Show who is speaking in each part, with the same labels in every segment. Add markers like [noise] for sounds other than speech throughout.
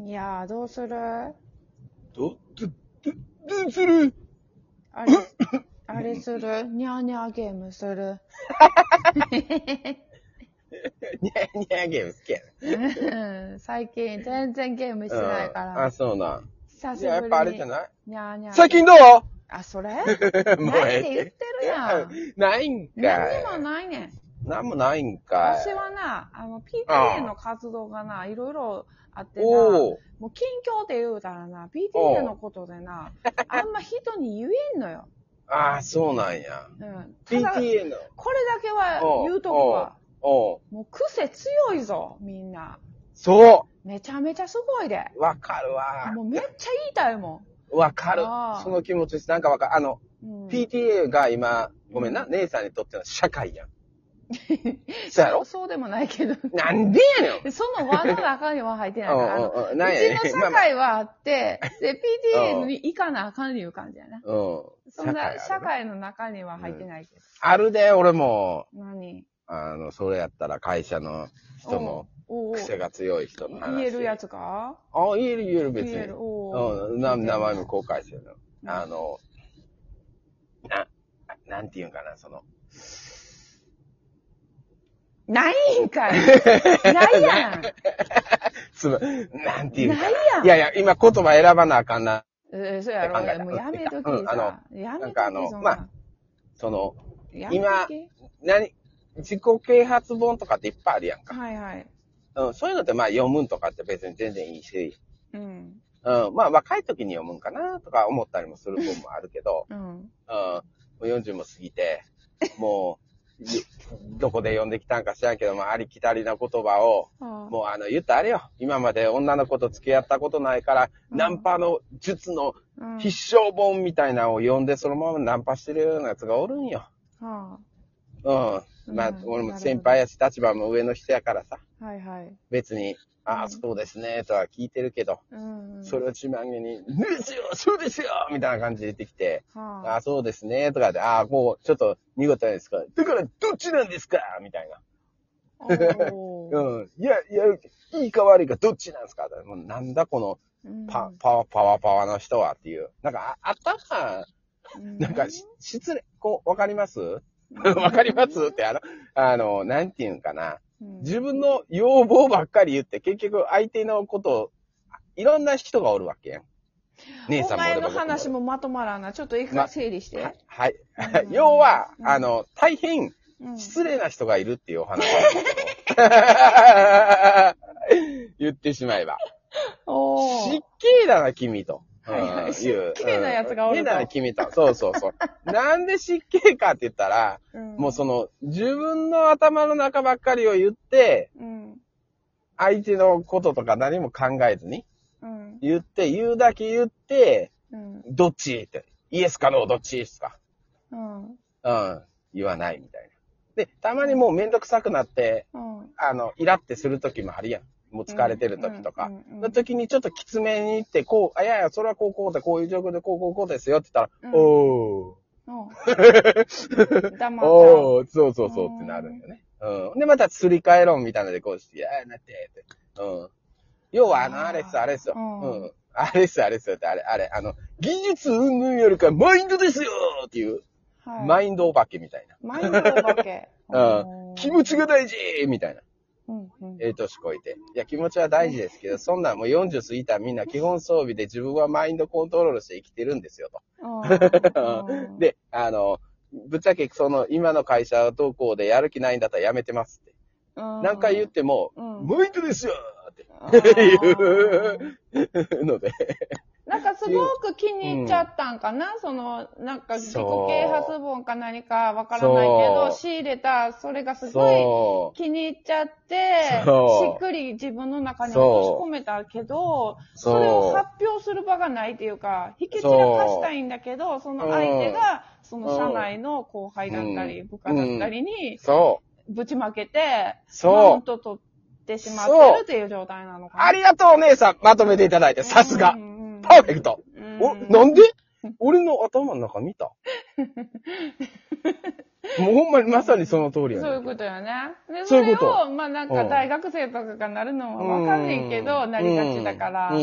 Speaker 1: いやー、どうする
Speaker 2: [laughs] ど、ど、ど、どうする
Speaker 1: あれ、あれするニャーニャーゲームする
Speaker 2: [laughs] ニャーニャーゲーム好きやね
Speaker 1: うん最近全然ゲームしないか
Speaker 2: うんあ、
Speaker 1: ら。
Speaker 2: そうなん。
Speaker 1: 久し
Speaker 2: じゃあやっぱあ
Speaker 1: ぶり
Speaker 2: れじゃ
Speaker 1: に。
Speaker 2: ない
Speaker 1: ニャーニャー。
Speaker 2: 最近どう [laughs]
Speaker 1: あ、それ
Speaker 2: も
Speaker 1: 何
Speaker 2: うえ
Speaker 1: で言っ
Speaker 2: え
Speaker 1: てるやん。
Speaker 2: ないんかい。
Speaker 1: 何にもないねん。
Speaker 2: なんもないんかい。
Speaker 1: 私はな、あの、
Speaker 2: ああ
Speaker 1: PTA の活動がな、いろいろあってな、
Speaker 2: おお。
Speaker 1: もう近況で言うたらな、PTA のことでな、あんま人に言えんのよ。
Speaker 2: ああ、そうなんや。
Speaker 1: うん。ただ、
Speaker 2: PTA の。
Speaker 1: これだけは言うとこは、
Speaker 2: おう
Speaker 1: もう癖強いぞ、みんな。
Speaker 2: そ
Speaker 1: めちゃめちゃすごいで。
Speaker 2: うわかるわ。
Speaker 1: もうめっちゃ言いたいも
Speaker 2: わかる
Speaker 1: あー。
Speaker 2: その気持ちです。なんかわかる。あの、
Speaker 1: ん。うん、
Speaker 2: PTA が今、ごめんな、
Speaker 1: う
Speaker 2: 姉さんにとっての社
Speaker 1: [laughs]
Speaker 2: 会やん。そうやろ
Speaker 1: そうでもないけど。
Speaker 2: なんでやねん。
Speaker 1: その輪の中には入って
Speaker 2: [laughs]
Speaker 1: ないから。あのう
Speaker 2: うんうんうん。なんやねん。
Speaker 1: ちの
Speaker 2: まあ
Speaker 1: 社
Speaker 2: まあ
Speaker 1: 会はあって、で、
Speaker 2: [laughs] う
Speaker 1: PTA
Speaker 2: ん
Speaker 1: に行かなあかんいう感じやな。
Speaker 2: うん。
Speaker 1: そん
Speaker 2: あ
Speaker 1: な
Speaker 2: るね
Speaker 1: 社会の中には入ってないけど。
Speaker 2: あるで、俺も。
Speaker 1: 何
Speaker 2: あの、それやったら会社の人の
Speaker 1: おうおう
Speaker 2: 癖が強い人の話。
Speaker 1: 言えるやつか
Speaker 2: あ、言える言える
Speaker 1: 言
Speaker 2: 別に。
Speaker 1: える。お
Speaker 2: うん、な名前も公開してる
Speaker 1: うん
Speaker 2: の。あの、な、なんていうんかな、その。
Speaker 1: ないんか
Speaker 2: [laughs]
Speaker 1: い。ないやん。
Speaker 2: つま、なんていうんか
Speaker 1: ないやん。
Speaker 2: いやいや、今言葉選ばなあかんな。
Speaker 1: えー、そうやろ。
Speaker 2: 考えた
Speaker 1: もうやめとき
Speaker 2: うんあ
Speaker 1: さ。やめ
Speaker 2: な
Speaker 1: と
Speaker 2: ん
Speaker 1: き
Speaker 2: かあの
Speaker 1: そん
Speaker 2: ま
Speaker 1: な
Speaker 2: あその、
Speaker 1: やめとき
Speaker 2: 何、自己啓発本とかっていっぱいあるやんか。
Speaker 1: はいはい。
Speaker 2: うん、そういうのってまあ読むんとかって別に全然いいし、
Speaker 1: うん。
Speaker 2: うん、まあ若い時に読むんかなとか思ったりもする本もあるけど、
Speaker 1: うん。
Speaker 2: うん、もう40も過ぎて、もう、いどこで読んできたんか知らんけど、まあありきたりな言葉を、
Speaker 1: あ
Speaker 2: もうあの言ったあれよ。今まで女の子と付き合ったことないから、
Speaker 1: うん
Speaker 2: ナンパの術
Speaker 1: あ。
Speaker 2: の
Speaker 1: うん
Speaker 2: 必勝本みたいなのを読んで、そのままナンパしてるようなやつがおるんよ。
Speaker 1: は
Speaker 2: うん。まあ
Speaker 1: うん、
Speaker 2: 俺も先輩やし、立場も上の人やからさ、
Speaker 1: あはいはい。
Speaker 2: 別に、あ
Speaker 1: う
Speaker 2: あ、
Speaker 1: ん
Speaker 2: そうですね、とは聞いてるけど、
Speaker 1: うんうん。
Speaker 2: それをちまげに、ですよ、そうですよみたいな感じで出てきて、あ
Speaker 1: は
Speaker 2: あ、そうですね、とかで、ああ、こう、ちょっと見事ですから、だからどっちなんですかみたいな。
Speaker 1: あ。おー
Speaker 2: うん。いや、いや、いいか悪いかどっちなんですかもうなんだこの、
Speaker 1: うん
Speaker 2: パ、パワー、パワー、パワーの人はっていう。なんか、あ、頭、なんかし、失礼、こう、わかります [laughs] わかりますって、あの、あの、なんていうんかな。
Speaker 1: うん
Speaker 2: 自分の要望ばっかり言って、結局相手のことを、いろんな人がおるわけやん。姉さ
Speaker 1: お
Speaker 2: んも
Speaker 1: 前
Speaker 2: 俺
Speaker 1: の
Speaker 2: も僕
Speaker 1: 話もまとまらんな。ちょっと一回
Speaker 2: ま
Speaker 1: 整理して。
Speaker 2: ははい。
Speaker 1: うん
Speaker 2: [laughs] 要は
Speaker 1: う、ん
Speaker 2: あの、大変
Speaker 1: うん
Speaker 2: 失礼な人がいるっていう
Speaker 1: [laughs]
Speaker 2: お話なんですけど言ってしまえば。
Speaker 1: お
Speaker 2: 失
Speaker 1: ー
Speaker 2: 敬だな、君と。
Speaker 1: はいはい
Speaker 2: うん
Speaker 1: 失敬なやつがおると
Speaker 2: うん失敬だな、君と。そうそう
Speaker 1: [laughs]
Speaker 2: そう。なんで失敬かって言ったら、
Speaker 1: うん
Speaker 2: もうその、自分の頭の中ばっかりを言って、
Speaker 1: うん。
Speaker 2: 相手のこととか何も考えずに、
Speaker 1: うん。
Speaker 2: 言って、言うだけ言って、
Speaker 1: うん。
Speaker 2: どっちって、イエスかノーどっちですか。
Speaker 1: うん。
Speaker 2: うん、言わないみたいな。で、たまにもうめんどくさくなって、
Speaker 1: うん。
Speaker 2: あの、イラってする時もあるやん。もう疲れてる時とか
Speaker 1: うん。うんうん
Speaker 2: の時にちょっときつめに行って、こう、あ、いやいや、それはこうこうで、こういう状況でこうこうこうですよって言ったら、
Speaker 1: うん
Speaker 2: お [laughs]
Speaker 1: うん。
Speaker 2: ー、
Speaker 1: 黙っ
Speaker 2: おー、そうそうそうってなるんよね。うん。で、またすり替え論みたいなので、こうして、いやー、なって、って。うん。要は、あ
Speaker 1: あー
Speaker 2: の、あれっす、あれっすよ。
Speaker 1: うん
Speaker 2: うん。あれっす、あれっすよって、あれ、あれ、あの、技術うんぬんよりか、マインドですよーっていう、
Speaker 1: た。はい
Speaker 2: マインドお化けみたいな。
Speaker 1: マインドお化け。
Speaker 2: うん気持ちが大事みたいな。
Speaker 1: うんうん
Speaker 2: ええ年こいて。いや、気持ちは大事ですけど、そんなんもう40過ぎたみんな基本装備で自分はマインドコントロールして生きてるんですよ、
Speaker 1: うん
Speaker 2: と。 [laughs] で、あの、ぶっちゃけその今の会社どうこうでやる気ないんだったらやめてますって。何回言っても、
Speaker 1: うん
Speaker 2: マインドですよ [laughs] って
Speaker 1: うん
Speaker 2: [laughs] いうので。
Speaker 1: なんかすごく気に入っちゃったんかな、その、なんか自己啓発本か何かわからないけど、
Speaker 2: そう
Speaker 1: 仕入れた、それがすご
Speaker 2: そ
Speaker 1: い気に入っちゃって、
Speaker 2: そう
Speaker 1: しっくり自分の中に落とし込めたけど、
Speaker 2: う。
Speaker 1: それを
Speaker 2: そ
Speaker 1: 発表する場がないっていうか、ひけ散らかしたいんだけど、その相手が、その社内の後輩だったり、
Speaker 2: うん
Speaker 1: 部下だったりに
Speaker 2: う。、そ
Speaker 1: ぶちまけて、
Speaker 2: う。
Speaker 1: マウ
Speaker 2: そ
Speaker 1: ン
Speaker 2: う。
Speaker 1: ト取ってしまってるっていう状態なのかな。
Speaker 2: ありがとうお姉さんまとめていただいて、さすがパーフェクトお、なん
Speaker 1: で [laughs]
Speaker 2: で俺の頭の中見たもうほんまにまさにその通りやね。
Speaker 1: そういうことよね。で、
Speaker 2: そ
Speaker 1: そう
Speaker 2: いう
Speaker 1: れ
Speaker 2: こと
Speaker 1: を、まあなんか大学生とかがなるのはわかんねんけど、なりがちだから、
Speaker 2: うんうん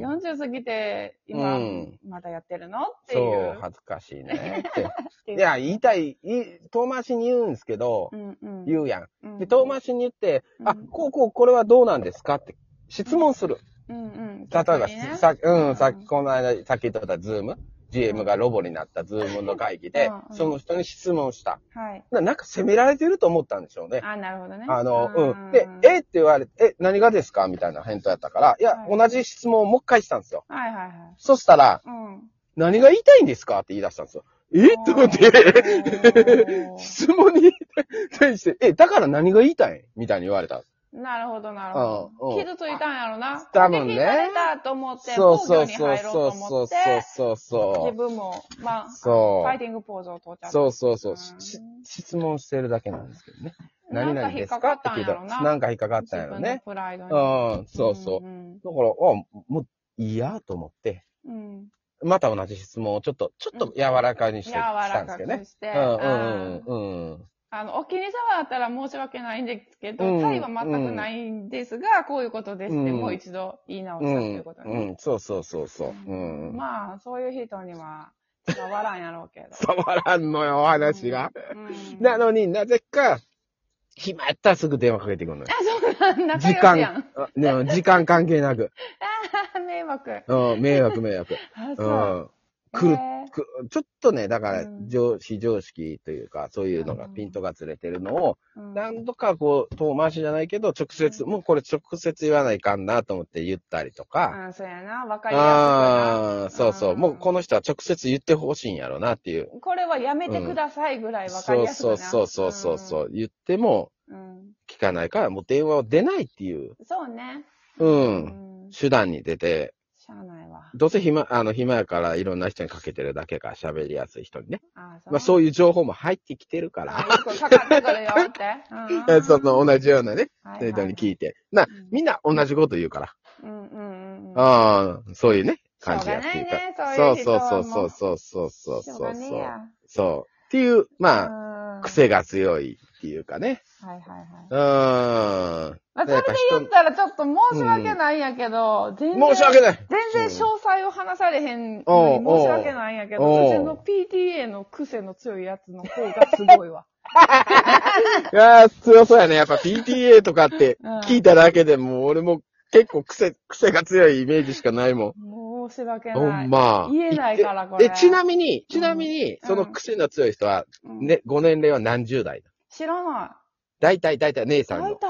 Speaker 1: 40過ぎて、今
Speaker 2: うん、
Speaker 1: まだやってるのってい
Speaker 2: そう
Speaker 1: う、。
Speaker 2: 恥ずかし
Speaker 1: [laughs]
Speaker 2: いねって。
Speaker 1: ってう
Speaker 2: いや、言いたい、い遠回しに言うんですけど
Speaker 1: う、んうん、
Speaker 2: 言うや
Speaker 1: うん
Speaker 2: ん。で、遠回しに言って、
Speaker 1: うん
Speaker 2: あ、こうこう、これはどうなんですかって質問する。
Speaker 1: うんうん。
Speaker 2: 例え
Speaker 1: 逆
Speaker 2: ば、
Speaker 1: にね
Speaker 2: さう
Speaker 1: うん
Speaker 2: ん、さっき、この間、さっき言ってたズーム ?GM がロボになったズームの会議で
Speaker 1: うん、うん
Speaker 2: その人に質問した。
Speaker 1: はい。
Speaker 2: ななんか責められてると思ったんでしょうね。
Speaker 1: あ、なるほどね。
Speaker 2: あの、うん。で、
Speaker 1: は
Speaker 2: えって言われて、え、何がですかみたいな返答やったから、いや、
Speaker 1: はい
Speaker 2: 同じ質問をもう一回したんですよ。
Speaker 1: いはいはい。
Speaker 2: そしたら、
Speaker 1: うん。
Speaker 2: 何が言いたいんですかって言い出したんですよ。えと思って、
Speaker 1: おー
Speaker 2: 質問に対して、え、だから何が言いたいみたいに言われた。
Speaker 1: なるほど、なるほど。
Speaker 2: うんうん
Speaker 1: 傷ついたんやろな。
Speaker 2: 多分ね
Speaker 1: で傷ついたと思って、
Speaker 2: そう
Speaker 1: 防
Speaker 2: そ
Speaker 1: 御
Speaker 2: う
Speaker 1: に
Speaker 2: そう
Speaker 1: 入ろうと
Speaker 2: そう
Speaker 1: 思
Speaker 2: そう
Speaker 1: って、
Speaker 2: そうそう。
Speaker 1: 自分も、まあ、フ
Speaker 2: そ
Speaker 1: ァイ
Speaker 2: う。
Speaker 1: ティングポーズを取っちゃった。
Speaker 2: そうそうそう。
Speaker 1: うん
Speaker 2: し質問してるだけなんですけどね。
Speaker 1: な
Speaker 2: 何
Speaker 1: んか
Speaker 2: 々
Speaker 1: 引っ
Speaker 2: です
Speaker 1: か
Speaker 2: か
Speaker 1: か
Speaker 2: っ
Speaker 1: ってたん
Speaker 2: 聞
Speaker 1: や
Speaker 2: いた
Speaker 1: ろ
Speaker 2: ら、
Speaker 1: な。
Speaker 2: なんか引っかかったんや
Speaker 1: 自
Speaker 2: ろ
Speaker 1: 分の
Speaker 2: ね。
Speaker 1: プライド
Speaker 2: うん
Speaker 1: に。、
Speaker 2: そうそう。だ
Speaker 1: ん
Speaker 2: から、あ、もう、いいやと思って、
Speaker 1: うん。うん。
Speaker 2: また同じ質問をちょっと、ちょっと柔らかにして、
Speaker 1: 柔
Speaker 2: した
Speaker 1: ら
Speaker 2: んで
Speaker 1: か
Speaker 2: すけどね
Speaker 1: く。して。
Speaker 2: う
Speaker 1: あ
Speaker 2: ん
Speaker 1: ー
Speaker 2: うんうんうん。
Speaker 1: あの、お気に障ったら申し訳ないんですけど、
Speaker 2: うん
Speaker 1: タイは全くないんですが、こういうことですって、
Speaker 2: うん
Speaker 1: もう一度言い直した
Speaker 2: う
Speaker 1: というんこと、ね。
Speaker 2: うん、そうそうそうそう。うん。
Speaker 1: まあ、そういう人には伝わらんやろうけど。
Speaker 2: 伝わらんのよ、お話が。
Speaker 1: うん
Speaker 2: なのになぜか、暇やったらすぐ電話かけてくるのよ。
Speaker 1: [laughs] 仲良
Speaker 2: 時
Speaker 1: しやん
Speaker 2: 間。、あでも時間関係なく。
Speaker 1: [laughs] 迷惑。
Speaker 2: うん、迷惑迷惑。
Speaker 1: あ、
Speaker 2: う
Speaker 1: そう。
Speaker 2: ん。来る
Speaker 1: へー
Speaker 2: くちょっとね、だから
Speaker 1: う、ん
Speaker 2: 常非常識というか、そういうのが
Speaker 1: うん
Speaker 2: ピントがずれてるのを、
Speaker 1: うん
Speaker 2: 何度かこう、遠回しじゃないけど、直接、
Speaker 1: うん
Speaker 2: もうこれ直接言わないかんなと思って言ったりとか、
Speaker 1: うん、そうやな。わかりやすくな。
Speaker 2: ああ、そうそう、
Speaker 1: うん
Speaker 2: もうこの人は直接言ってほしいんやろうなっていう。
Speaker 1: これはやめてくださいぐらいわかり
Speaker 2: そう
Speaker 1: やすく
Speaker 2: そ
Speaker 1: な。
Speaker 2: うそうそうそうそう、言っても
Speaker 1: うん。うん
Speaker 2: 聞かないから、もう電話を出ないっていう、
Speaker 1: そうね。
Speaker 2: う、
Speaker 1: うんん。し
Speaker 2: 手段に出て、
Speaker 1: ゃあないわ。
Speaker 2: どうせ暇、あの、暇やからいろんな人にかけてるだけか喋りやすい人にね。
Speaker 1: あ、そう。
Speaker 2: まあそう
Speaker 1: いう。
Speaker 2: いう情報も入ってきてるから。
Speaker 1: かかってくるよって。
Speaker 2: [laughs]
Speaker 1: うんうん
Speaker 2: その同じようなね、
Speaker 1: はい
Speaker 2: 程度に聞
Speaker 1: い
Speaker 2: いて。
Speaker 1: う
Speaker 2: な
Speaker 1: ん、
Speaker 2: みんな同じこと言うから。
Speaker 1: うんうんうん。
Speaker 2: ああ、そういうね、
Speaker 1: しょう
Speaker 2: 感じ
Speaker 1: が
Speaker 2: やっ
Speaker 1: な
Speaker 2: てい
Speaker 1: いう
Speaker 2: か
Speaker 1: ね、
Speaker 2: ら。
Speaker 1: そういう人は
Speaker 2: そう
Speaker 1: も
Speaker 2: そうそうそうそう
Speaker 1: し
Speaker 2: そ
Speaker 1: ょう
Speaker 2: う
Speaker 1: が
Speaker 2: そう。
Speaker 1: ねえや。
Speaker 2: そう。っていう、まあ、
Speaker 1: あ
Speaker 2: 癖が強いっていうかね。
Speaker 1: はいはいはい。
Speaker 2: うーん。
Speaker 1: まあ、それで言ったらちょっと申し訳ないんやけど、全然、
Speaker 2: 申し訳
Speaker 1: い。
Speaker 2: ない。
Speaker 1: 全然詳細を話されへん
Speaker 2: お
Speaker 1: の
Speaker 2: う
Speaker 1: に申し訳ないんやけ
Speaker 2: お
Speaker 1: ど、
Speaker 2: う
Speaker 1: うちの PTA の癖の強いやつの方がすごいわ。
Speaker 2: いやー、強そうやね。やっぱ PTA とかって
Speaker 1: うん
Speaker 2: 聞いただけでもう俺も結構癖、癖が強いイメージしかないもん。
Speaker 1: 申し訳
Speaker 2: ほ
Speaker 1: ない。
Speaker 2: んま。
Speaker 1: 言えないからこれ。
Speaker 2: え、ちなみに、ちなみに、
Speaker 1: うん
Speaker 2: その癖の強い人は、
Speaker 1: うん
Speaker 2: ね、ご年齢は何十代だ
Speaker 1: 知らない。
Speaker 2: 大体、大体、姉さん
Speaker 1: 大
Speaker 2: の。 [laughs]
Speaker 1: 体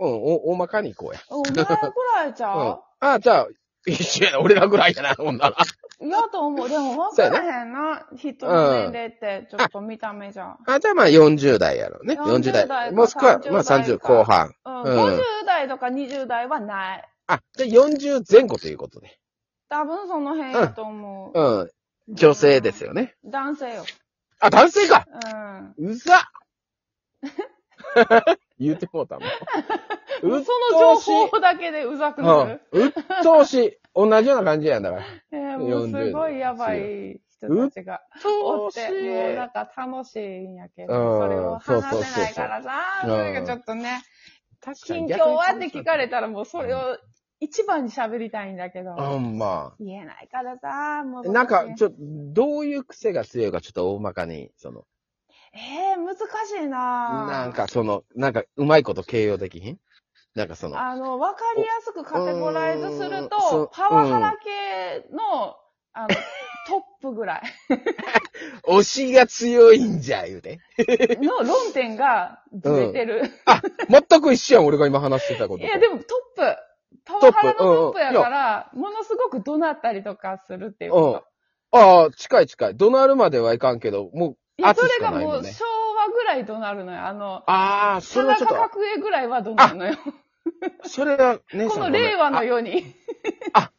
Speaker 2: うん、お、おまかに行こうや。
Speaker 1: お前ぐらいち
Speaker 2: うん。
Speaker 1: ゃ
Speaker 2: ああ、じゃあ、一緒やな、俺らぐらいやな、ほ
Speaker 1: [laughs]
Speaker 2: んなら。
Speaker 1: ういやと思う。でも分からへんな。人の年齢って、ちょっと見た目じゃ。
Speaker 2: あ、じゃあまあ40代やろうね。40
Speaker 1: 40
Speaker 2: 代。
Speaker 1: 代
Speaker 2: もしくは、
Speaker 1: 30
Speaker 2: まあ30
Speaker 1: 代か
Speaker 2: 後半。
Speaker 1: うん。
Speaker 2: うん
Speaker 1: 50代とか20代はない。
Speaker 2: あ、じゃあ40前後ということで。
Speaker 1: 多分その辺やと思う。
Speaker 2: うん。女性ですよね。
Speaker 1: 男性よ。
Speaker 2: あ、男性か
Speaker 1: うん。
Speaker 2: うざ [laughs] 言うてもうたもん。
Speaker 1: [laughs] その
Speaker 2: うっとうしい
Speaker 1: 情報だけでうざくなる。
Speaker 2: うん。うっとうしい。同じような感じやんだから。
Speaker 1: えーもうすごいやばい人たちがおって、もうなんか楽しいんやけど、
Speaker 2: うん
Speaker 1: それを話せないからさ、
Speaker 2: そ
Speaker 1: そう
Speaker 2: そうそう
Speaker 1: れがちょっとね、
Speaker 2: 確
Speaker 1: 近況はって聞かれたらもうそれを一番に喋りたいんだけど、
Speaker 2: あんま
Speaker 1: 言えないからさ、も
Speaker 2: あ。
Speaker 1: う。
Speaker 2: なんか、
Speaker 1: え
Speaker 2: ちょ、どういう癖が強いか、ちょっと大まかに、その、
Speaker 1: ー、難しいなぁ
Speaker 2: なんか、その、なんか、うまいこと形容できひんなんかその、
Speaker 1: あの、わかりやすくカテゴライズする
Speaker 2: うんそう
Speaker 1: と、パワハラ系の、あ
Speaker 2: [laughs]
Speaker 1: の、トップぐらい。
Speaker 2: 推しが強いんじゃ、言うて。
Speaker 1: の論点がずれてる。
Speaker 2: 全く一緒やん、俺が今話してたこと
Speaker 1: い
Speaker 2: と。
Speaker 1: や、でもトップ、パワハラのトップやから、ものすごく怒鳴ったりとかするっていうこ
Speaker 2: ああ、近い近い。怒鳴るまではいかんけど、も
Speaker 1: と。
Speaker 2: う、
Speaker 1: いや、
Speaker 2: 圧
Speaker 1: それ
Speaker 2: し
Speaker 1: が
Speaker 2: かない
Speaker 1: も
Speaker 2: もん
Speaker 1: う
Speaker 2: ね。
Speaker 1: 昭和ぐらい怒鳴るのよ。あの、
Speaker 2: ああ、そ
Speaker 1: 田
Speaker 2: れはち
Speaker 1: 中
Speaker 2: ょっ
Speaker 1: 角栄ぐらいは怒鳴るのよ。
Speaker 2: と、それは、姉
Speaker 1: こ
Speaker 2: さんご
Speaker 1: の
Speaker 2: めん。
Speaker 1: 令和のように、
Speaker 2: あ、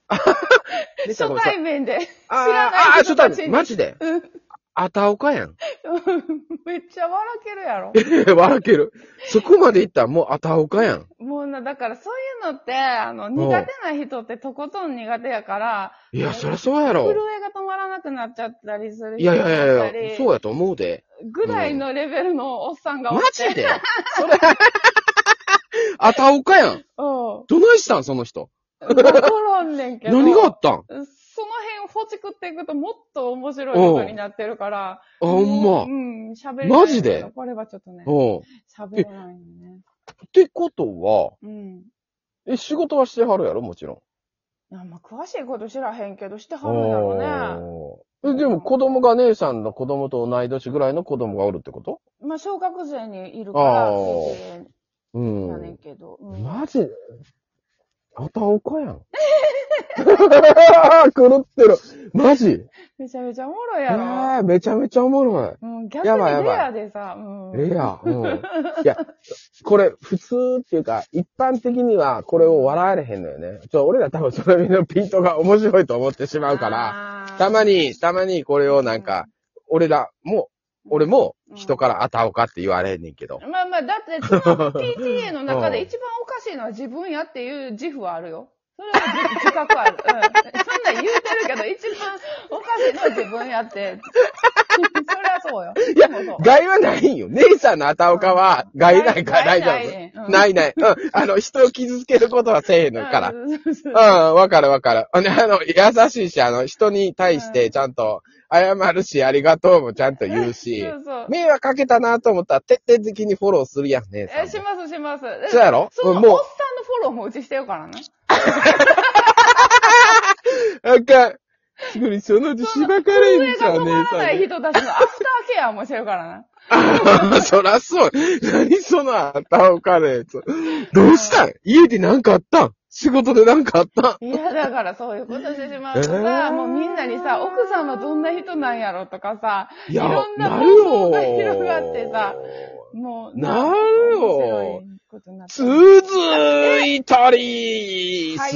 Speaker 2: 姉さ
Speaker 1: 初
Speaker 2: んごめんなさい
Speaker 1: 対面で。 [laughs]
Speaker 2: あー
Speaker 1: 知らない
Speaker 2: あー、ちょ
Speaker 1: 人
Speaker 2: っ
Speaker 1: たちに
Speaker 2: と、マジで。
Speaker 1: うん
Speaker 2: あたおかやん。 [laughs]
Speaker 1: めっちゃ笑けるやろ。
Speaker 2: 笑ける。そこまでいったらもうあたおかやん。
Speaker 1: もうな、だからそういうのって、あの、苦手な人ってとことん苦手やから、
Speaker 2: いや、そりゃそうやろ。
Speaker 1: 震えが止まらなくなっちゃったりする
Speaker 2: いやいやい
Speaker 1: だっ
Speaker 2: や
Speaker 1: たり
Speaker 2: いや、そうやと思うで。
Speaker 1: ぐらいのレベルのおっさんがおっ
Speaker 2: マ
Speaker 1: て。
Speaker 2: ジで
Speaker 1: [laughs]
Speaker 2: それ、 [laughs] あたおかやん。
Speaker 1: うん。
Speaker 2: どないしたんその人。
Speaker 1: わからんねんけど。
Speaker 2: 何があったんあ、
Speaker 1: その辺ほじくっていくともっと面白いことになってるから。
Speaker 2: ほんま。
Speaker 1: うん、喋れない。
Speaker 2: マジで
Speaker 1: これはちょっとね、
Speaker 2: うん。っ
Speaker 1: 喋れないよね。
Speaker 2: てことは、
Speaker 1: うん。
Speaker 2: え、仕事はしてはるやろもちろん。
Speaker 1: あんま詳しいこと知らへんけど、しては
Speaker 2: あ
Speaker 1: るんだろうね。
Speaker 2: え、でも子供が姉さんの子供と同い年ぐらいの子供がおるってこと
Speaker 1: まあ、小学生にいるから、
Speaker 2: あー
Speaker 1: 見て
Speaker 2: う
Speaker 1: やねん
Speaker 2: ん。
Speaker 1: けど。うん
Speaker 2: マジであたおかやん。 [laughs] 狂ってる。マジ
Speaker 1: めちゃめちゃおもろい
Speaker 2: え
Speaker 1: やろ。
Speaker 2: ー、めちゃめちゃおもろい。
Speaker 1: うん、逆に
Speaker 2: やばいやばい
Speaker 1: レアでさ、うん。
Speaker 2: レア。うん。いや、これ、普通っていうか、一般的にはこれを笑われへんのよね。ちょ、俺ら多分それのピントが面白いと思ってしまうから、
Speaker 1: ら
Speaker 2: たまに、たまにこれをなんか、俺らも、俺も人からあたおかって言われへんねんけど。
Speaker 1: まあまあ、だ
Speaker 2: [laughs]
Speaker 1: って、その PTA の中で一番おかしいのは自分やっていう自負はあるよ。それは自自覚ある。うん。そんなん言うてるけど、一番おかしいのは自分やって。 [laughs] そりゃそうよ。
Speaker 2: いや
Speaker 1: そうそう、
Speaker 2: 害はないんよ。姉さんのあたおかは、害ないから大丈夫。
Speaker 1: 夫
Speaker 2: ないいない。うん。あの、人を傷つけることはせえへんのから。
Speaker 1: うんうん
Speaker 2: うん、わかるわかる。あの、優しいし、あの、人に対してちゃんと謝るし、ありがとうもちゃんと言うし
Speaker 1: そ、うそう。
Speaker 2: 迷惑かけたなと思ったら徹底的にフォローするやんね。
Speaker 1: え、しますします。
Speaker 2: そうやろ
Speaker 1: そのお
Speaker 2: う
Speaker 1: っさん
Speaker 2: ん
Speaker 1: の
Speaker 2: も
Speaker 1: フォローもうちしてるからね。
Speaker 2: う、なんか、すぐにそのうちしばかれる
Speaker 1: 上
Speaker 2: じゃ
Speaker 1: が
Speaker 2: ん、
Speaker 1: 止ま
Speaker 2: 姉
Speaker 1: らない人たちのアフターケアもしてるからね。
Speaker 2: さんに。 [laughs] そらそう。何その頭かねどうしたん家でなんかあったん仕事でなんかあったん
Speaker 1: いや、だからそういうことしてしまうとさ、
Speaker 2: えー
Speaker 1: もうみんなにさ、奥さんはどんな人なんやろとかさ、
Speaker 2: い
Speaker 1: いろんな妄想が広がってさ。もう、
Speaker 2: なるよ
Speaker 1: 面白いことになって
Speaker 2: 続いたり
Speaker 1: はい